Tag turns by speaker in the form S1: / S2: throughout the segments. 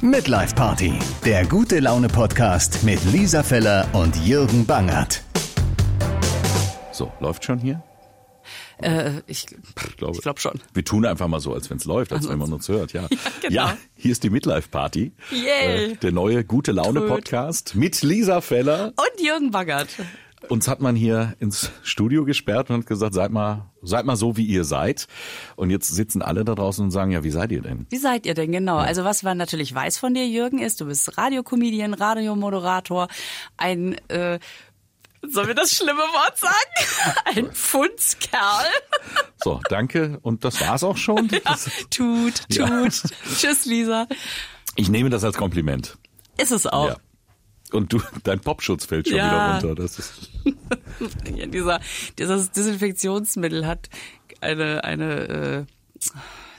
S1: Midlife Party, der gute Laune Podcast mit Lisa Feller und Jürgen Bangert.
S2: So, läuft schon hier?
S3: Äh, ich pff, ich glaube schon.
S2: Wir tun einfach mal so, als wenn es läuft, als wenn man uns hört. Ja, ja,
S3: genau.
S2: ja hier ist die Midlife Party.
S3: Yay.
S2: Äh, der neue gute Laune
S3: Tröd.
S2: Podcast mit Lisa Feller.
S3: Und Jürgen Baggert.
S2: Uns hat man hier ins Studio gesperrt und hat gesagt, seid mal, seid mal so, wie ihr seid. Und jetzt sitzen alle da draußen und sagen, ja, wie seid ihr denn?
S3: Wie seid ihr denn genau? Also was man natürlich weiß von dir, Jürgen, ist, du bist Radiocomedian, Radiomoderator, ein, äh, sollen wir das schlimme Wort sagen? Ein Pfundskerl.
S2: So, danke. Und das war's auch schon. Das,
S3: Tut, tut.
S2: Ja.
S3: Tschüss, Lisa.
S2: ich nehme das als Kompliment.
S3: Ist es auch.
S2: Ja. Und du, dein Popschutz fällt schon
S3: Ja.
S2: wieder runter. Das ist,
S3: Ja, dieser, dieses Desinfektionsmittel hat eine, eine äh,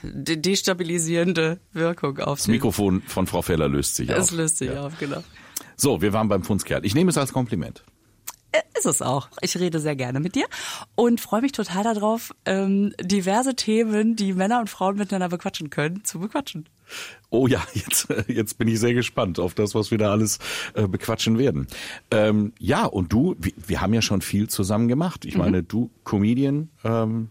S3: de- destabilisierende Wirkung auf
S2: das Mikrofon von Frau Feller löst sich
S3: Es
S2: auf.
S3: löst sich auf, genau.
S2: So, wir waren beim Pfundskerl. Ich nehme es als Kompliment.
S3: Äh, Ist es auch. Ich rede sehr gerne mit dir und freue mich total darauf, ähm, diverse Themen, die Männer und Frauen miteinander bequatschen können, zu bequatschen.
S2: Oh ja, jetzt, jetzt bin ich sehr gespannt auf das, was wir da alles äh, bequatschen werden. Ähm, ja, und du, wir, wir haben ja schon viel zusammen gemacht. Ich meine, du Comedian. Ähm,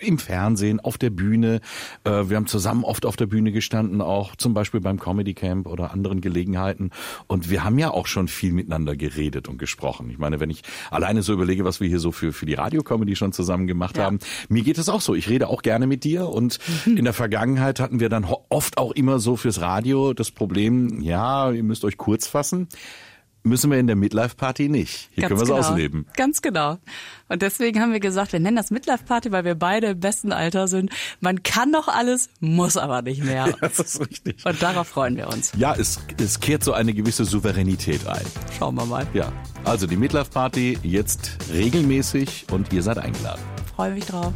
S2: im Fernsehen, auf der Bühne. Äh, Wir haben zusammen oft auf der Bühne gestanden, auch zum Beispiel beim Comedy Camp oder anderen Gelegenheiten. Und wir haben ja auch schon viel miteinander geredet und gesprochen. Ich meine, wenn ich alleine so überlege, was wir hier so für, für die Radiocomedy schon zusammen gemacht
S3: Ja.
S2: haben, mir geht es auch so. Ich rede auch gerne mit dir und in der Vergangenheit hatten wir dann ho- oft auch immer so fürs Radio das Problem, ja, ihr müsst euch kurz fassen. Müssen wir in der Midlife Party nicht. Hier können wir
S3: genau.
S2: es ausleben.
S3: Ganz genau. Und deswegen haben wir gesagt, wir nennen das Midlife Party, weil wir beide im besten Alter sind. Man kann doch alles, muss aber nicht mehr.
S2: Das ist richtig.
S3: Und darauf freuen wir uns.
S2: Ja, es, es kehrt so eine gewisse Souveränität ein.
S3: Schauen wir mal.
S2: Ja, also die Midlife Party jetzt regelmäßig und ihr seid eingeladen.
S3: Freue mich drauf.